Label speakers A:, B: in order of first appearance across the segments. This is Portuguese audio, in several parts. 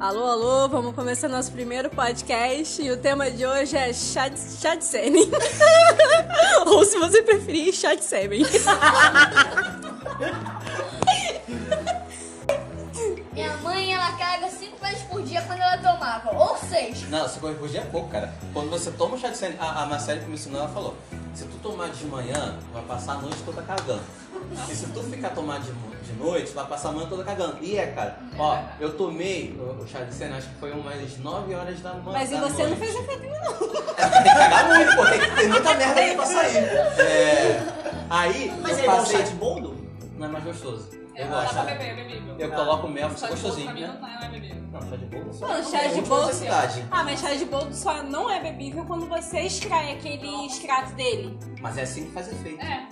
A: Alô, alô, vamos começar nosso primeiro podcast e o tema de hoje é chá de, chá de sêmen. Ou se você preferir, chá de sêmen.
B: Minha mãe, ela caga cinco vezes por dia quando ela tomava, ou seis.
C: Não, se correr por dia é pouco, cara. Quando você toma o chá de sêmen, a, a Marcele que me ensinou, ela falou: se tu tomar de manhã, vai passar a noite toda cagando. E se tu ficar tomando de, mo- de noite, vai passar a manhã toda cagando. E é, cara. Ó, eu tomei o, o chá de sêmen, acho que foi umas 9 horas da manhã.
A: Mas e
C: da
A: você não
C: noite.
A: fez efeito nenhum, não.
C: Tem que cagar muito, pô. Tem, tem muita merda aí pra sair. É. Aí,
D: Mas
C: eu
D: ele é um
C: passei.
D: chá de boldo?
C: Não é mais gostoso. Eu
E: É,
C: gosto.
E: dá pra beber, é bebível.
C: Eu coloco mel,
E: Só
C: fica
E: de gostoso
C: gostosinho,
E: pra mim
C: né?
E: não tá, não é bebível.
C: Não, chá de boldo só.
A: Não, chá
C: é
A: de
C: última
A: boldo-
C: necessidade.
A: Ah, mas chá de boldo só não é bebível quando você extrai aquele extrato dele.
C: Mas é assim que faz efeito.
E: É.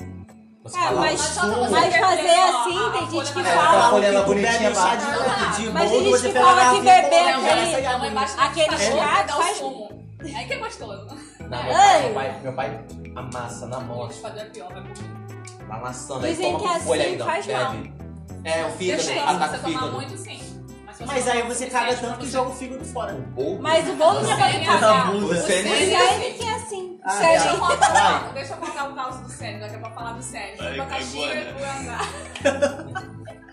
C: Você
A: É,
C: fala,
A: mas,
C: "Ah,
E: sumo.
A: mas fazer assim, tem gente que
E: É,
C: aquela
A: fala.
C: folha um lá
D: que tu
C: bonitinha,
D: bebe
C: pá.
D: chá de, de
A: Mas tem
D: boldo,
A: gente
D: você
A: que
D: pega
A: fala
D: a
A: que
D: garrafinha,
A: beber
D: pô, né,
A: aquele-
D: essa
E: Então,
D: garrafinha.
E: embaixo
A: aquele
E: da
A: chá
E: cachorra,
B: um
E: dá o
A: faz-
E: sumo. É que é gostoso.
C: Não, meu, pai,
A: Ai.
C: meu, pai, meu pai amassa na mão,
E: Eles fazem a pior, é vai comer.
C: tá amassando. aí
A: Dizem
C: toma
A: que
C: com
A: assim
C: folha ainda,
A: faz mal.
C: bebe. É, o fígado,
E: Depende,
C: ataca
E: se
C: o
E: você tomar
C: fígado.
E: muito, sim. se você
D: Mas
E: tomar
D: aí
E: o
D: você
E: suficiente
D: caga
E: pra
D: tanto que
E: você-
D: joga o fígado fora.
C: Ou-
A: Mas o bolo não é pra
E: Você-
A: tu cagar.
D: Você-
C: Você
A: Mas
E: Você-
A: aí que é assim.
D: Ah,
A: Se a
D: é.
E: Deixa eu
A: gente-
E: contar- Deixa eu contar o caos do Sérgio, daqui é pra falar do Sérgio. Foi pra Caxias, pro andar.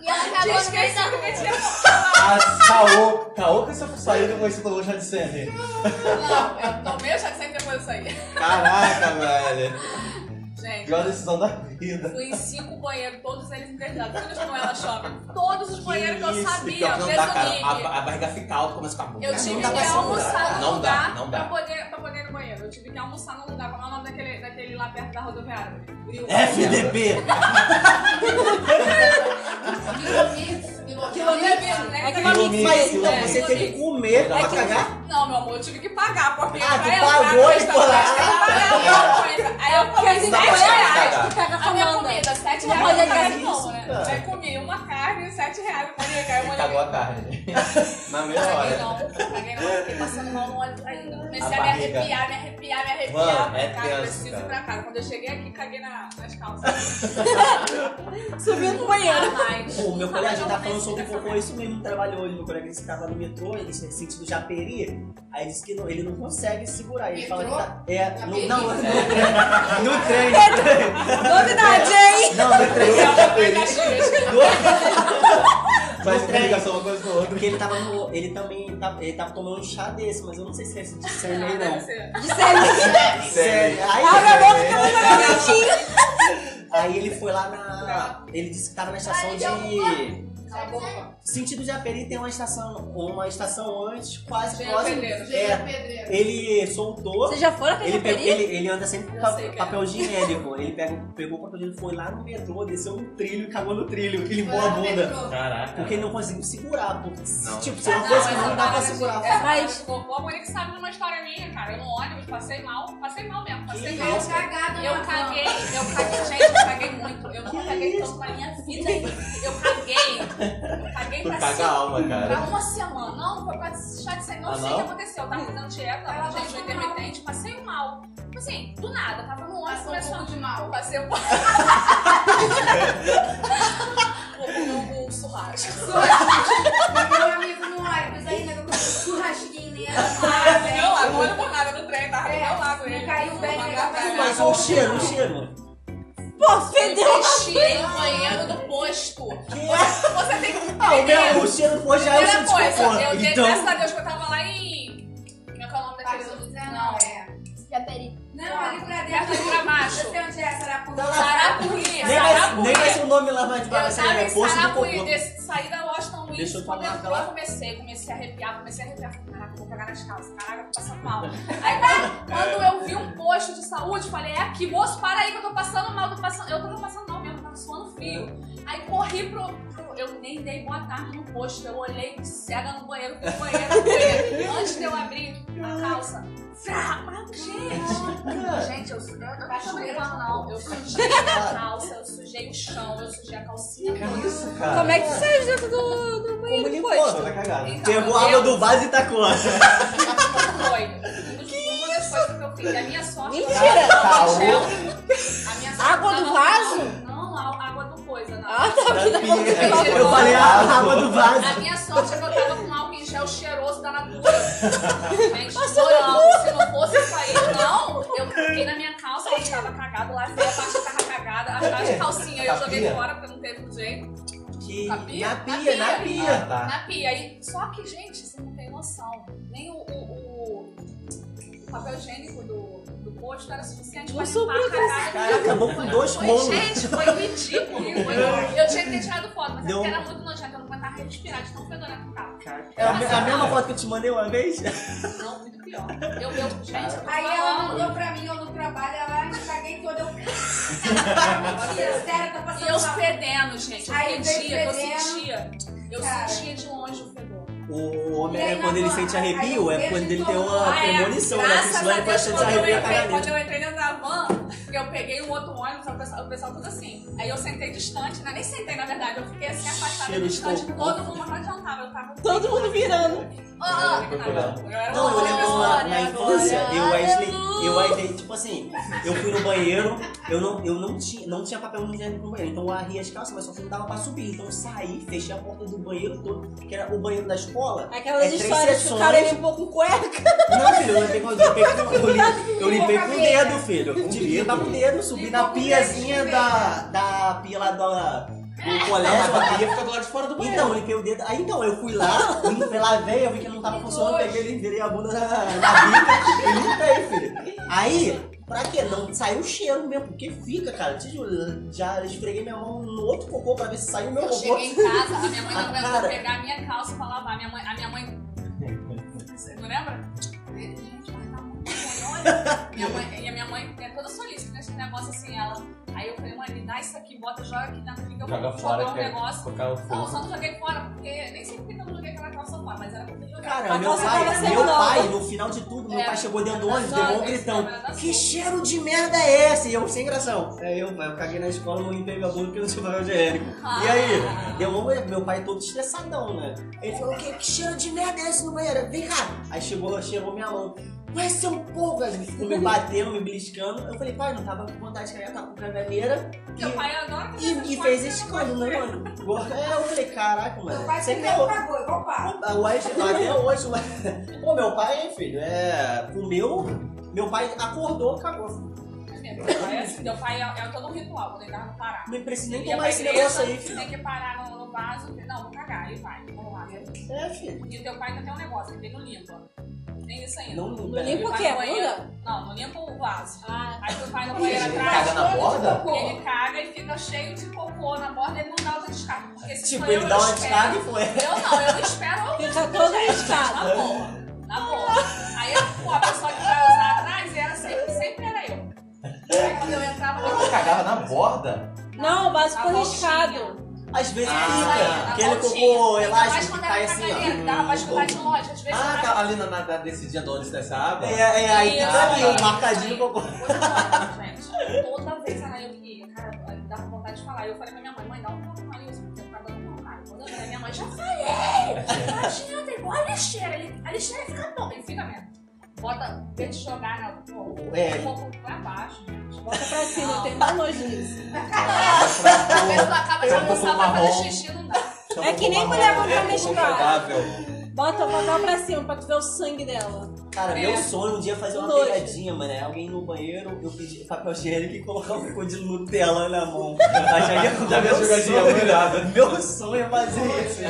B: E ela
E: Tinha
B: cagou no meio da
E: esquecido que
B: rua.
E: tinha
D: Ah,
C: tá Caô, caô que essa
D: saiu depois que falou chá de sêmen.
E: Não, eu tomei o chá de sangue depois eu saí.
C: Caraca, velho.
E: Gente,
D: decisão da vida.
E: fui em cinco banheiros, todos eles interligados. Todos com ela shopping. Todos os
D: Que
E: banheiros que eu
D: isso,
E: sabia,
C: Pior que não dá, cara.
E: Presumig.
C: A, a barriga fica alta, começa a ficar muito.
E: Eu
D: Não
E: tive
D: dá
E: que
D: pra
E: almoçar
D: segurar.
E: num
C: um Não dá,
E: lugar
C: não dá.
E: pra poder, pra poder ir no banheiro. Eu tive que almoçar num lugar. Qual é o nome daquele, daquele lá perto da rodoviária?
C: É,
E: Rio.
D: FDP!
E: é Quilomix, né?
A: É que
E: Quilomix.
A: Quilomix.
D: Mas então,
E: É,
D: você tem que
E: Quilomix.
D: comer pra
C: É que-
D: cagar?
E: Não, meu amor, eu tive que pagar, porque
D: Ah,
E: pra
D: tu
E: entrar
D: pagou
E: no
D: e
E: restaurante
D: foi lá.
E: tem que pagar alguma coisa. Aí eu comi
A: Porque
E: 7
A: não
C: pode
E: reais.
C: pagar.
A: Tu caga
E: A minha
A: falando.
E: comida, 7
A: Não
E: reais. eu
A: pode
E: paguei
A: né? fazer
E: de novo,
A: isso,
E: né?
D: cara.
E: Aí comi uma carne, 7 reais. Eu falei, cara, eu mandei.
C: Cagou a carne. Na mesma
E: Paguei
C: hora.
E: não, paguei não,
A: É.
E: fiquei passando mal no óleo ainda. Comecei
C: A
E: a, me
C: barriga.
E: arrepiar, me arrepiar, me arrepiar.
C: Mano, é
E: cara,
C: tenso,
E: preciso
C: cara.
E: ir pra casa. Quando eu cheguei aqui, caguei na- nas calças.
A: Subiu no
E: Nunca
A: banheiro.
E: mais.
D: O meu
E: Nunca
D: colega
E: mais eu
D: tá
E: tomei
D: falando sobre
E: esse
D: cocô, é isso mesmo, trabalhou hoje. Meu colega disse que tava no metrô, ele disse sente do Japeri. Aí disse que não- ele não consegue segurar. Ele fala que tá. É, no,
B: Japeri?
D: não, no trem. No trem.
A: Novidade, hein?
D: Não,
C: é
D: no trem.
E: pensamento.
C: Mas
D: No
C: tem
D: trem.
C: ligação uma coisa com a outra.
D: Porque ele tava no. Ele também tá, ele tava tomando um chá desse, mas eu não sei se é esse de sêmen
E: Ah,
D: ou
E: deve
D: não.
E: ser.
A: De sério.
D: Sério. Aí,
A: Abre a boca que ela vai dar gatinho.
D: aí ele foi lá na. Ele disse que tava na estação de.
E: Cala a boca.
D: Sentido de Aperi tem uma estação. Uma estação antes, quase
E: Jean
D: próximo.
E: Pedreiro,
D: É, ele soltou.
A: Vocês já foram
D: Ele,
A: aquele
D: pegou-
A: perigo?
D: ele, ele anda sempre com
E: Eu
D: pa-
E: sei, cara.
D: papel higiênico. Ele pegou, pegou o papel higiênico, foi lá no metrô, desceu no trilho, cagou no trilho, que limpou a bunda.
C: Caraca.
D: Porque ele não conseguiu segurar, porque
C: Não.
D: tipo, se não
E: Ah, Não,
D: fosse que
E: essa
D: não dá pra
E: parada de-
D: segurar.
E: essa parada
A: Mas-
E: de cocô, a que sabe de uma história minha, cara. Eu no ônibus, passei mal. Passei mal mesmo, passei
D: Que
E: mal.
D: isso? né,
E: Eu caguei, eu caguei, gente, eu caguei muito. Eu nunca
D: Que
E: caguei
D: isso?
E: tanto na minha vida. Eu caguei. Eu caguei
C: Tu
E: pra
C: caga é a
E: cima.
C: alma,
E: Pra
C: cara.
E: uma semana, não, foi quase chá de sangue, não
C: Ah,
E: sei o
C: não?
E: que aconteceu. Eu tava fazendo dieta, tava jejum intermitente, passei mal. Tipo Assim, do nada, tava no
D: um
E: ônibus, começou de mal. Passei um Vou comer um churrasco.
B: Meu amigo no ônibus ainda com um churrasquinho, né?
E: Ah, do meu lado, olho por nada no trem, tava do meu lado. Ele
B: Caiu bem,
E: Uma
B: caiu
E: gargalhada.
B: bem.
D: Mas o cheiro, o cheiro.
A: Pô,
E: Eu
A: fedeu.
E: Fechei no banheiro do posto. Você tem que
D: Ah, o,
E: entender.
D: meu, o cheiro pô já é o
E: Primeira
D: cheiro de
E: coisa,
D: cocô.
E: eu dei
D: Então,
E: graças a Deus que eu tava lá em. Como é que é o nome daquele outro?
B: né?
E: Não, é.
B: Japeri.
E: Não, ali por dentro, ali pra baixo.
B: onde é, Sarapuí.
D: Tá lá.
E: Sarapuí,
D: nem vai, nem vai
E: Sarapuí.
D: ser o nome lá mais de
E: Eu
D: baixo,
E: tava
D: é
E: em
D: posto do
E: Sarapuí,
D: cocô.
E: desse- saí da Washington
D: Deixa
E: Luiz,
D: eu
E: quando
D: tomar
E: eu
D: aquela-
E: eu comecei, comecei a arrepiar, comecei a arrepiar. Falei, Caraca, vou pegar nas calças, caraca, tô passando mal. Aí quando-
D: É.
E: quando eu vi um posto de saúde, falei, é aqui, moço, para aí que eu tô passando mal, tô passando... eu tava passando mal mesmo, tava suando frio. Aí corri pro, pro- Eu nem dei boa tarde no posto. Eu olhei cega no banheiro, fui no banheiro, no banheiro. Antes de eu abrir a calça. Frá, mas, gente! Gente, eu sujei. Eu não sujei o não. Eu sujei a calça, eu sujei o chão, eu sujei a calcinha toda.
C: isso, cara?
A: Como é que você saiu
E: tá
A: dentro do, do banheiro
D: Como
A: depois?
D: limpou?
C: Pô, tá cagado.
E: Então,
D: Pegou a
E: eu-
D: água do vaso e tacou.
E: Foi. Um dos- Uma das coisas que eu fiz. A minha sorte.
A: Mentira!
C: tá
E: Não,
D: Caô.
E: Michel. A minha sorte-
A: Água
E: não,
A: do
E: não,
A: vaso?
E: Não, não, a água do coisa, não.
A: Ah, tá.
D: Eu falei a água do vaso.
E: A minha sorte é que eu tava com álcool em gel cheirando. Gente, não, se não fosse isso aí, não. Eu fiquei na minha calça, ela estava cagada, lá a parte tava cagada, a parte de calcinha eu joguei
C: Capinha?
E: fora porque não teve um jeito.
D: Que...
E: Na pia?
D: Na
E: Na
D: pia, na
C: Ah,
D: pia.
C: tá.
E: Na pia. E, só que, gente, você não tem noção. Nem o, o- o- o papel higiênico do, do posto era suficiente pra
A: Nossa,
E: limpar a cagada.
D: Cara, acabou com dois
E: Foi,
D: monos.
E: Gente, foi ridículo. Foi, eu tinha que ter tirado foto, mas
D: Não.
E: é porque era muito nojento, eu não aguentava respirar de tão fedorento que tava.
D: É a, me- a mesma foto que eu te mandei uma vez?
E: Não, muito pior. Eu, eu, gente, eu tô
F: Aí ela
E: falando.
F: mandou pra mim, eu no trabalho, ela me caguei toda. Eu. Mentira, sério, tá
E: E eu
F: passando
E: os
F: mal.
E: fedendo, gente. Eu
F: Aí veio
E: fedia, eu
F: fedendo.
E: sentia. Eu
F: Cara.
E: sentia de longe o fedor.
D: O homem,
F: E aí,
D: é quando ele
F: namora-
D: sente
F: aí
D: arrepio,
F: eu
D: é quando ele tem uma
E: Ah, é.
D: premonição, né?
E: Graças
D: Senão
E: a
D: ele
E: Deus,
D: pode sentir
E: quando eu
D: arrepio a
E: entrei-
D: cada
E: Quando
D: dele.
E: eu entrei dentro da van, eu peguei um outro ônibus, o pessoal, o pessoal tudo assim. Aí eu sentei distante, né? nem sentei na verdade, eu fiquei assim afastada,
D: Cheiro de
E: distante,
D: cocô.
E: todo mundo, mas não adiantava, eu tava...
A: Todo mundo virando.
E: Ah,
C: Foi por lá.
E: eu era
D: Não, eu lembro assim, na, na
B: Glória,
D: infância,
B: glória,
D: eu Wesley, eu Wesley, tipo assim, eu fui no banheiro, eu não, eu não tinha, não tinha papel higiênico no banheiro, então eu arria as calças, mas só que não dava pra subir, então eu saí, fechei a porta do banheiro todo, que era o banheiro da escola.
A: Aquelas
D: É três
A: histórias que o cara
D: sessões.
A: limpou com cueca.
D: Não, filho, eu limpei com, eu limpei com, eu limpei, eu limpei com o
F: Boca
D: dedo, filho, eu tive que limpar com o dedo, subi
F: Limpou
D: na
F: com o
D: piazinha
F: dedo,
D: da, da pia lá da- do
C: Mas
D: colégio,
C: a pia fica do lado de fora do banheiro.
D: Então, eu limpei o dedo. Aí então, eu fui lá, limpei, lavei, eu vi que não tava funcionando, peguei, ele virei a bunda na, na bica e limpei, filho. Aí, pra que não? Saiu o cheiro mesmo, porque fica, cara. Te juro, já esfreguei minha mão no outro cocô pra ver se saiu o meu
E: Eu
D: cocô.
E: cheguei em casa, a minha mãe
D: Ah,
E: não aguentou
D: cara.
E: pegar a minha calça pra lavar. Minha mãe, a minha mãe. Você não lembra? Gente, mas tá muito ruim, olha. Minha mãe, e a minha mãe é toda solista nesse negócio assim, ela. Aí eu falei, mãe, me dá isso aqui, bota, joga aqui na frente, eu vou
C: Joga
E: jogar
C: fora,
E: um
C: que é
E: negócio.
C: colocar o
E: Não, eu
C: fogo.
E: só não joguei fora, porque nem sei porque eu não joguei aquela calça fora, mas era pra ter jogado.
D: Cara,
A: A
D: meu
A: calça tava
D: pai,
A: saindo
D: meu
A: da
D: pai, no final de tudo, meu
E: É.
D: pai chegou dentro do ônibus,
E: Nossa,
D: deu um
E: esse é assim.
D: gritão.
E: cara era
D: Que
E: da
D: cheiro de merda é esse? E eu, sem gração. É eu, pai, eu caguei na escola, não limpei minha bunda porque eu não tinha papel higiênico. E aí? Deu um, meu pai todo estressadão, né? Ele falou, que, que cheiro de merda é esse no banheiro? Vem cá. Aí chegou, chegou minha mão. Vai ser um pouco, ele ficou me batendo, me beliscando. Eu falei, pai, não tava com vontade de cagar, tava com caganeira.
E: Meu pai adora fazer essas
D: E, e, e
E: coisas,
D: fez esse
E: né, mano?
D: escândalo, né, mano? É, eu falei, caraca, mano.
F: Meu pai
D: você
F: sempre
D: é louco."
F: cagou, igual pá.
D: Ah, o Ash- até hoje, mas... Pô, meu pai, filho, é. O meu. Meu pai acordou, cagou.
E: Meu pai é assim, meu pai é, é todo um ritual, quando ele tava no Pará.
D: Não precisa nem
E: Ia
D: tomar
E: pra
D: esse
E: igreja,
D: negócio aí, filho.
E: Tem que parar no, no vaso, não, vou cagar, e vai, vamos lá. E
D: É, filho.
E: o teu pai ainda tem um negócio, ele não limpa. Tem isso ainda.
D: Não
A: Não
D: limpa. né?
A: limpa o
E: Vai
A: quê?
E: no banheiro.
A: Bunda?
E: Não, não limpa o vaso.
A: Ah,
E: Aí teu pai no
C: Ele
E: banheiro atrás, tipo,
C: caga na borda?
E: ele caga e fica cheio de cocô na borda, ele não dá outra descarga. Porque se
D: Tipo,
E: sou eu,
D: ele dá
E: eu é.
D: uma
E: espero-
D: descarga e foi.
E: Eu não, eu não espero alguém.
A: Fica todo
E: Na
A: riscado.
E: boa, na boa. Aí pô, a pessoa que vai usar atrás era sempre, sempre era eu. Aí quando eu entrava, eu
C: Ela cagava na borda?
A: Não, o vaso
E: Na
A: ficou
E: voltinha.
A: riscado.
D: Às vezes
C: Ah,
D: fica.
E: saía.
D: É, Aquele
E: Então
D: cocô elástico que cai assim, ó.
E: Dava pra escutar de longe, às vezes.
C: Ah,
E: eu
C: tá ali na, na, na decidinha de onde está essa aba?
D: É, é, aí fica
E: Isso
D: ali, ó,
E: aí.
D: marcadinho cocô.
E: Gente, toda vez ela eu que, cara, dava vontade de falar. Eu falei pra minha mãe, mãe, dá um pouco pra Marilson, porque eu tava dando vontade. Quando eu falei, minha mãe, já falei! Não adianta, é igual a lixeira. ele- A lixeira fica bom, ele fica mesmo. Bota, vê de jogar na. Pô,
D: É.
E: um pouco pra baixo, gente.
A: Bota pra cima, eu tenho mais nojo disso.
E: A pessoa acaba de
C: Eu tô
E: almoçar
C: com
E: pra
C: marrom.
E: fazer xixi, não dá.
A: É que nem mulher quando tá
C: É
A: menstruada.
C: confortável.
A: Bota o papel pra cima pra tu ver o sangue dela.
D: Cara, meu sonho um dia é fazer uma
A: Nojo.
D: pegadinha, mano. É Alguém no banheiro, eu pedi papel higiênico e colocar um cocô de Nutella na mão. Achar que ia
C: É Já
D: contar
C: viu a
D: meu
C: jogadinha
D: sonho.
C: molhada?
D: Meu sonho é fazer isso.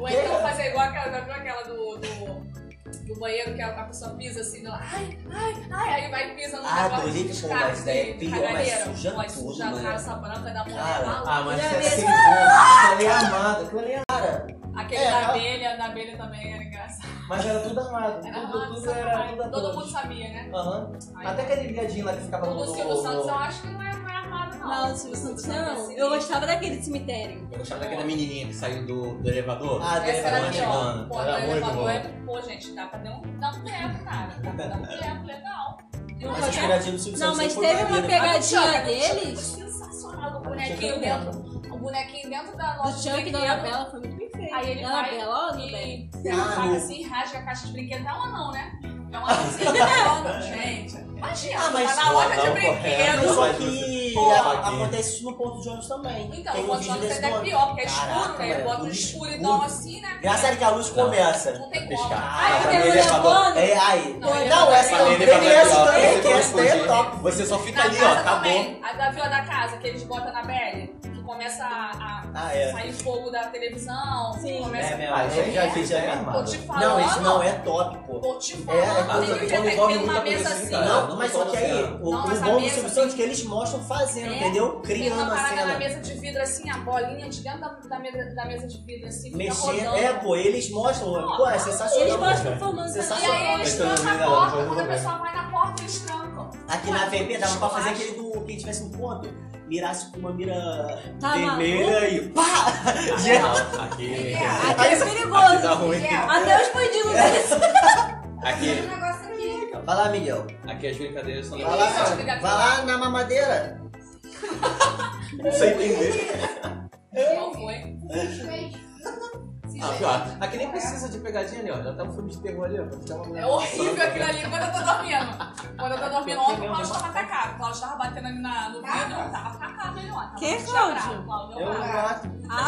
E: Ou então fazer igual aquela, já viu aquela do, do, do banheiro que a, a pessoa pisa assim, ela, ai, ai, ai, aí vai pisa no
D: Ah,
E: negócio
D: do jeito
E: dos
D: que
E: caras
D: pô, mas daí
E: de-
D: é
E: de
D: pior, mas
E: cagalheira.
D: suja
E: Vai
D: tudo,
E: sujar
D: mano.
E: a calça branca da mulher
D: Cara,
E: lá,
C: Ah, mas
A: Já
C: isso é
A: vi.
C: assim.
D: Aquilo ali é amado, aquilo ali é amado.
E: aquele
D: é,
E: da
D: ela-
E: abelha, da abelha também era engraçado.
C: Mas era tudo amado.
E: Era
C: Tudo,
E: raro,
C: tudo
E: sabe,
C: era
E: mas
C: tudo
E: todo
C: amado.
E: mundo sabia, né?
C: Aham.
E: Aí,
C: Até aquele viadinho lá que ficava
E: o
C: no...
E: do Silvio Santos eu acho que não é, não é armado, não. é
A: Não, Silvio Santos, não. Eu gostava daquele cemitério.
C: Eu gostava daquela menininha que saiu do, do elevador.
D: Ah, do
E: Essa era a
D: elevador.
E: pior.
C: Mano,
E: Pô,
D: Tá
C: era
E: era
C: muito
E: elevador
C: bom.
E: é. Pô, gente, dá pra dar um, dar um tempo, cara. Dá pra dar um tempo, legal. E o
D: Mas
A: é
E: boneco-
D: a pegadinha do Silvio
A: Não,
D: Santos
A: mas
D: foi
A: teve uma
D: maneira.
A: pegadinha
E: Chuck,
A: deles.
E: um Sensacional, o
D: Chuck
E: bonequinho dentro. O bonequinho dentro
A: Do
E: da
A: é
E: loja. de
A: Chuck e da
E: brinquedo.
A: Anabela foi muito bem feito.
E: Aí ele vai
A: Anabela, ó, tudo bem.
E: e pega a
D: Ah,
E: faca
D: não.
E: assim, rasga a caixa de brinquedo. Não, não, né? É uma coisa que tá falando, gente. Imagina,
D: Ah, mas-
E: tá na loja
C: Não,
E: de
C: não, correto.
E: brinquedo.
D: Só que E
E: Porra.
D: a- acontece isso no ponto de ônibus também.
E: Então,
D: Tem
E: o
D: um
E: ponto de
D: vídeo
E: ônibus é
D: desse
E: até
D: nome.
E: pior, porque é
D: Caraca,
E: escuro, né?
D: mano,
E: Bota um
D: tudo
E: escuridão assim, né?
D: Graças a Deus que a luz
C: Não.
D: começa.
E: Não tem como.
C: Pescar.
E: Aí
C: Ah,
E: o
C: ele
E: demônio
C: acabou.
E: voando.
D: É, aí.
E: Não, ele
D: Não,
E: vai
D: essa
E: pra
D: também
E: ele,
D: tem
E: vai pra
D: essa
C: tá
E: pior.
D: também,
E: Ele
D: então que essa daí é top.
C: Você só fica
E: Na
C: ali, ó,
E: casa
C: acabou.
E: também, a da viola da casa, que eles botam na pele, que começa a, a
D: Ah, é.
E: sair fogo da televisão,
A: Sim.
E: começa...
D: É, meu,
C: Ah, isso aí
D: eu
C: já-
D: já fiz, já
C: isso aí é
D: vi.
E: Tô te
D: Não,
E: falando,
D: isso não é top, pô.
E: tô te
D: É, é
E: falando,
D: coisa
E: tem que
C: que
E: ter
C: envolve muita
E: pego uma mesa
C: coisa,
E: assim.
C: cara.
E: ó.
D: Não,
C: não
D: mas
C: me
D: só que aí,
C: conta,
D: o,
E: não.
D: o
E: Não, essa
D: bom do
E: mesa,
D: Silvio Santos é
E: assim,
D: que eles mostram fazendo,
E: é.
D: entendeu?
E: Tem
D: Criando
E: uma
D: a
E: parada na
D: cena.
E: mesa de vidro assim, a bolinha de dentro da, da mesa, da mesa de vidro assim, fica
D: Mexendo.
E: rodando.
D: É, pô, eles mostram. Pô, é sensacional.
A: Eles mostram formando
E: E aí eles
C: Então,
E: trancam a
C: menina,
E: porta,
C: vamos
E: quando a
C: ver.
E: pessoa vai na porta, eles trancam.
D: Aqui
E: Ué,
D: na VP dava pra fazer
E: chocolate.
D: aquele do que tivesse um ponto, mirasse com uma mira
A: Tá
D: vermelha e pá! Já-
C: Não, aqui.
A: Aqui é
C: Aqui tá
A: perigoso.
C: ruim.
A: Até os
D: É.
A: bandidos dizem.
B: um
C: Aqui,
F: negócio aqui.
D: Vai lá, Miguel.
C: aqui as brincadeiras são
D: Vai
C: legais.
D: lá,
E: Isso, obrigado.
D: vai lá na mamadeira.
C: Sem entender.
E: Não foi.
C: Ah, pior. Aqui nem precisa de pegadinha ali, ó. Já tá um filme de terror ali, ó. Pra ficar uma mulher
E: É horrível
C: dançando.
E: aquilo ali quando eu tô dormindo. Quando eu tô dormindo ontem, o Cláudio tava atacado. O Cláudio tava batendo ali na, no vidro, tava atacado ele ontem.
A: Que,
E: Tava
A: Cláudio?
E: bravo, Cláudio,
D: Eu
E: bravo.
D: gato.
A: Ah,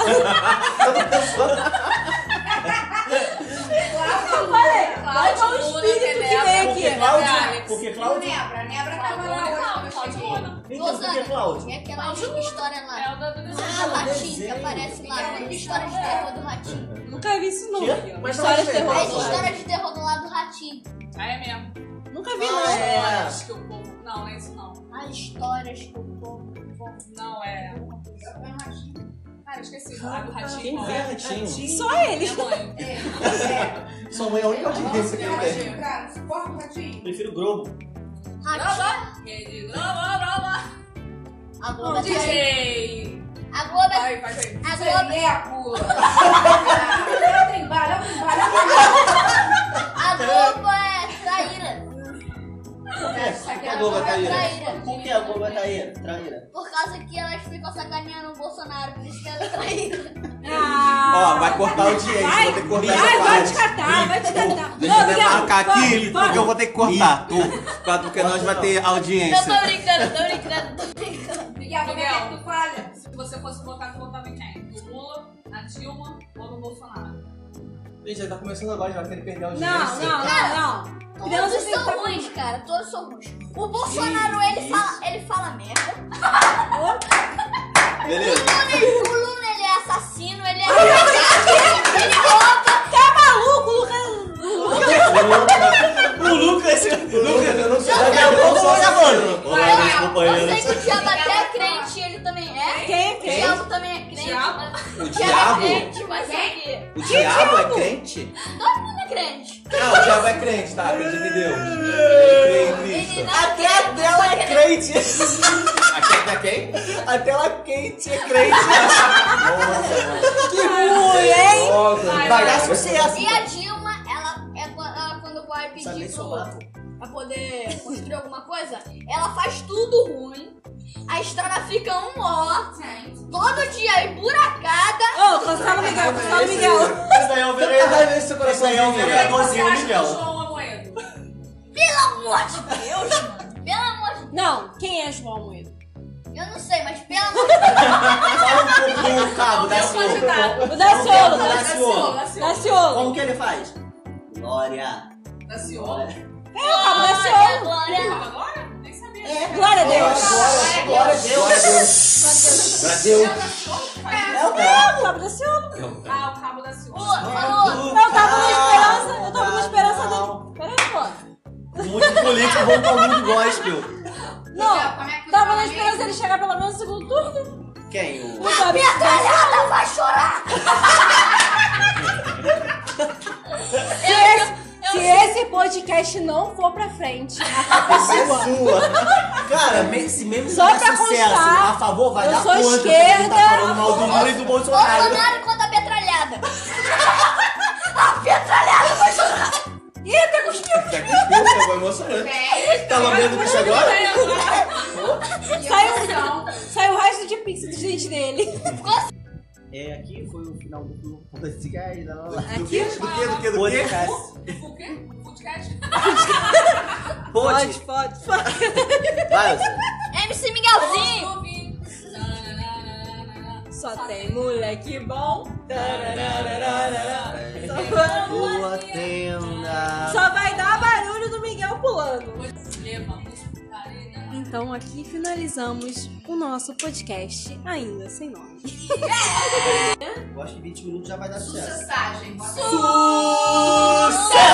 E: Cláudio,
A: Vai, vai o
E: Luna,
A: espírito que
E: Tenebra,
A: vem aqui. um
D: Porque
E: Tenebra,
D: Cláudio.
E: Alex.
D: Porque Cláudio.
F: Nebra, Nebra tava
E: Cláudio,
F: lá hoje.
E: Cláudio, Cláudio, Luna.
D: Então, por que Cláudio?
B: É aquela história
E: É
B: lá.
E: o do- do
B: Ah,
E: desenho.
B: latim, que
D: desenho.
B: aparece lá. né? História de terror do ratinho.
A: nunca vi isso, não.
D: Quê? Mas não
A: Histórias
D: achei,
B: É
D: Cláudio.
A: terrorosas.
B: história de terror do lado do ratinho.
E: Ah, é mesmo.
A: Nunca vi,
D: Ah,
A: não.
D: é.
E: Acho que o povo. Não, não é isso não.
B: As histórias que o povo conta.
E: Não é. Cara, eu esqueci. Ah, do
C: Quem
E: ratinho.
C: vê
E: né?
C: ratinho?
A: Só É eles.
E: Minha mãe. É.
C: Sua mãe é a única audiência que tem.
E: Ratinho.
F: Cara, suporta o ratinho.
D: Prefiro Globo.
B: Ratinho.
E: Brava. Rede Brava, brava.
B: A Globo é terrível.
E: DJ.
B: A Globo é
E: Vai, vai, vai.
B: A Globo,
F: Tremeco. Ah, Não tem bala, não tem bala, não tem
B: a Globo é traíra.
D: Por que a
B: A
D: Globo é
B: é
D: traíra?
B: traíra.
D: Por que a Globo é traíra? Traíra.
B: Por causa que elas ficam sacaneando o Bolsonaro, por isso que ela é traíra.
A: Ah.
C: Ó, vai cortar o dinheiro,
A: Vai,
C: vou ter que cortar
A: Vai,
C: essa
A: vai
C: parte.
A: te catar, vai te catar.
C: Deixa eu demarcar
A: vai,
C: aqui,
A: vai.
C: porque eu vou ter que cortar. Tá, Porque nós vai ter
B: Eu
C: audiência.
B: tô brincando, tô brincando, tô brincando.
F: bala. Miguel,
E: Miguel.
F: como é que tu falha?
E: Se você fosse votar, você votava em quem? No Lula, na Dilma ou no Bolsonaro?
C: Gente, já tá começando agora, já vai querer perder a
A: Não, não, não, não. Crianças têm
B: Todos
A: que
B: são
A: tá-
B: ruins, cara, todos são ruins. O Bolsonaro, ele fala, ele fala merda.
C: Beleza.
B: O Lula, ele é assassino, ele é... ele é rouba.
A: Tá maluco, Lucas?
D: O Lucas. O Lucas.
C: eu não sei.
D: É o Globo ou é a Globo?
E: Olá, meus
B: Eu
D: né?
B: sei que o diabo até é crente, ele também é.
A: Quem,
B: O
A: quem?
B: diabo também é crente.
E: Diabo?
B: mas-
C: O
B: é
C: diabo?
B: crente, mas é que...
C: O diabo é crente?
B: Todo mundo é crente.
C: Ah, o diabo é crente, tá? Acredita em Deus. Ele crê em Cristo.
D: Até a tela é crente.
C: Aqui é da quem?
D: A tela quente é crente.
A: Que mulher, hein?
C: Nossa.
D: Vai dar
C: é.
D: sucesso.
B: E a Dilma, ela, é qu- ela quando vai
D: Sabe nem
B: pedir
D: somar,
B: pro,
D: pô.
B: pra poder construir alguma coisa, ela faz tudo ruim. A estrada fica um ó, todo dia é emburacada.
A: Ô, cancela o Miguel, cancela o Miguel.
D: Esse daí é o
C: Tenta
D: vereador.
C: dar nesse seu
D: Esse daí é o
C: coraçãozinho.
E: Quem você
D: vereadorzinho,
E: acha que é o
D: Miguel.
E: João Amoedo?
B: Pelo amor de Deus, mano. Pelo amor
A: Não, quem é João Almoedo?
B: de Eu não sei, mas pelo amor de
D: Fala um pouquinho o cabo da
E: Meu
D: sua.
E: candidato.
A: O Daciolo,
D: Não,
A: Daciolo.
E: Daciolo, Daciolo.
A: Daciolo.
D: Como que ele faz? Glória.
E: Daciolo.
D: Glória.
A: É o cabo
B: Deus,
A: Daciolo.
B: agora.
E: Tá Tava agora? Nem sabia.
D: É.
A: Glória a Deus.
D: Glória, glória a
C: Glória a
D: Deus.
C: Deus. Pra Deus.
E: É o Daciolo que faz isso?
D: É o cabo.
A: É o cabo Daciolo.
E: Ah, o cabo Daciolo.
B: Pô, falou.
A: Eu tava na esperança, eu tava na esperança dele. Peraí, pô.
D: Ah, Muito político, bom pra mundo gospel.
A: Não,
F: Como é que tu
A: tava
F: fala
A: na
F: mesmo?
A: esperança dele chegar pelo menos no segundo turno.
D: Quem? O...
A: Não sabe.
B: Galhada vai chorar.
A: Se esse, se esse podcast não for pra frente, a culpa é
D: É
A: sua.
D: sua. Cara, me- se mesmo
A: Só
D: tiver
A: pra
D: sucesso,
A: constar,
D: a favor vai
A: eu
D: dar
A: sou
D: conta.
A: esquerda.
D: Tá falando mal do Lula e do Bolsonaro.
B: Bolsonaro contra a petralhada.
A: Ih, até cuspiu.
C: Tá cuspindo,
D: é
C: pegou emocionante. Tá lambendo o bicho agora?
A: Saiu, saiu o resto de pix dos dentes dele.
D: É, aqui foi o final do podcast. lá, lá, lá.
C: Do que? Do que? Do que? Do que?
D: Podcast.
E: O quê? Podcast?
D: Podcast.
A: pode, pode.
D: Vai, Zé.
B: É MC Miguelzinho.
E: Ouvi.
A: Só tem moleque bom.
D: Boa tenda.
A: Só vai dar barulho do Miguel pulando.
E: Levamos putaria.
A: Então aqui finalizamos o nosso podcast, ainda sem nome.
D: Eu acho que 20 minutos já vai dar sucesso.
E: assim.
F: Sucessagem. bota aí.
D: Sucesso!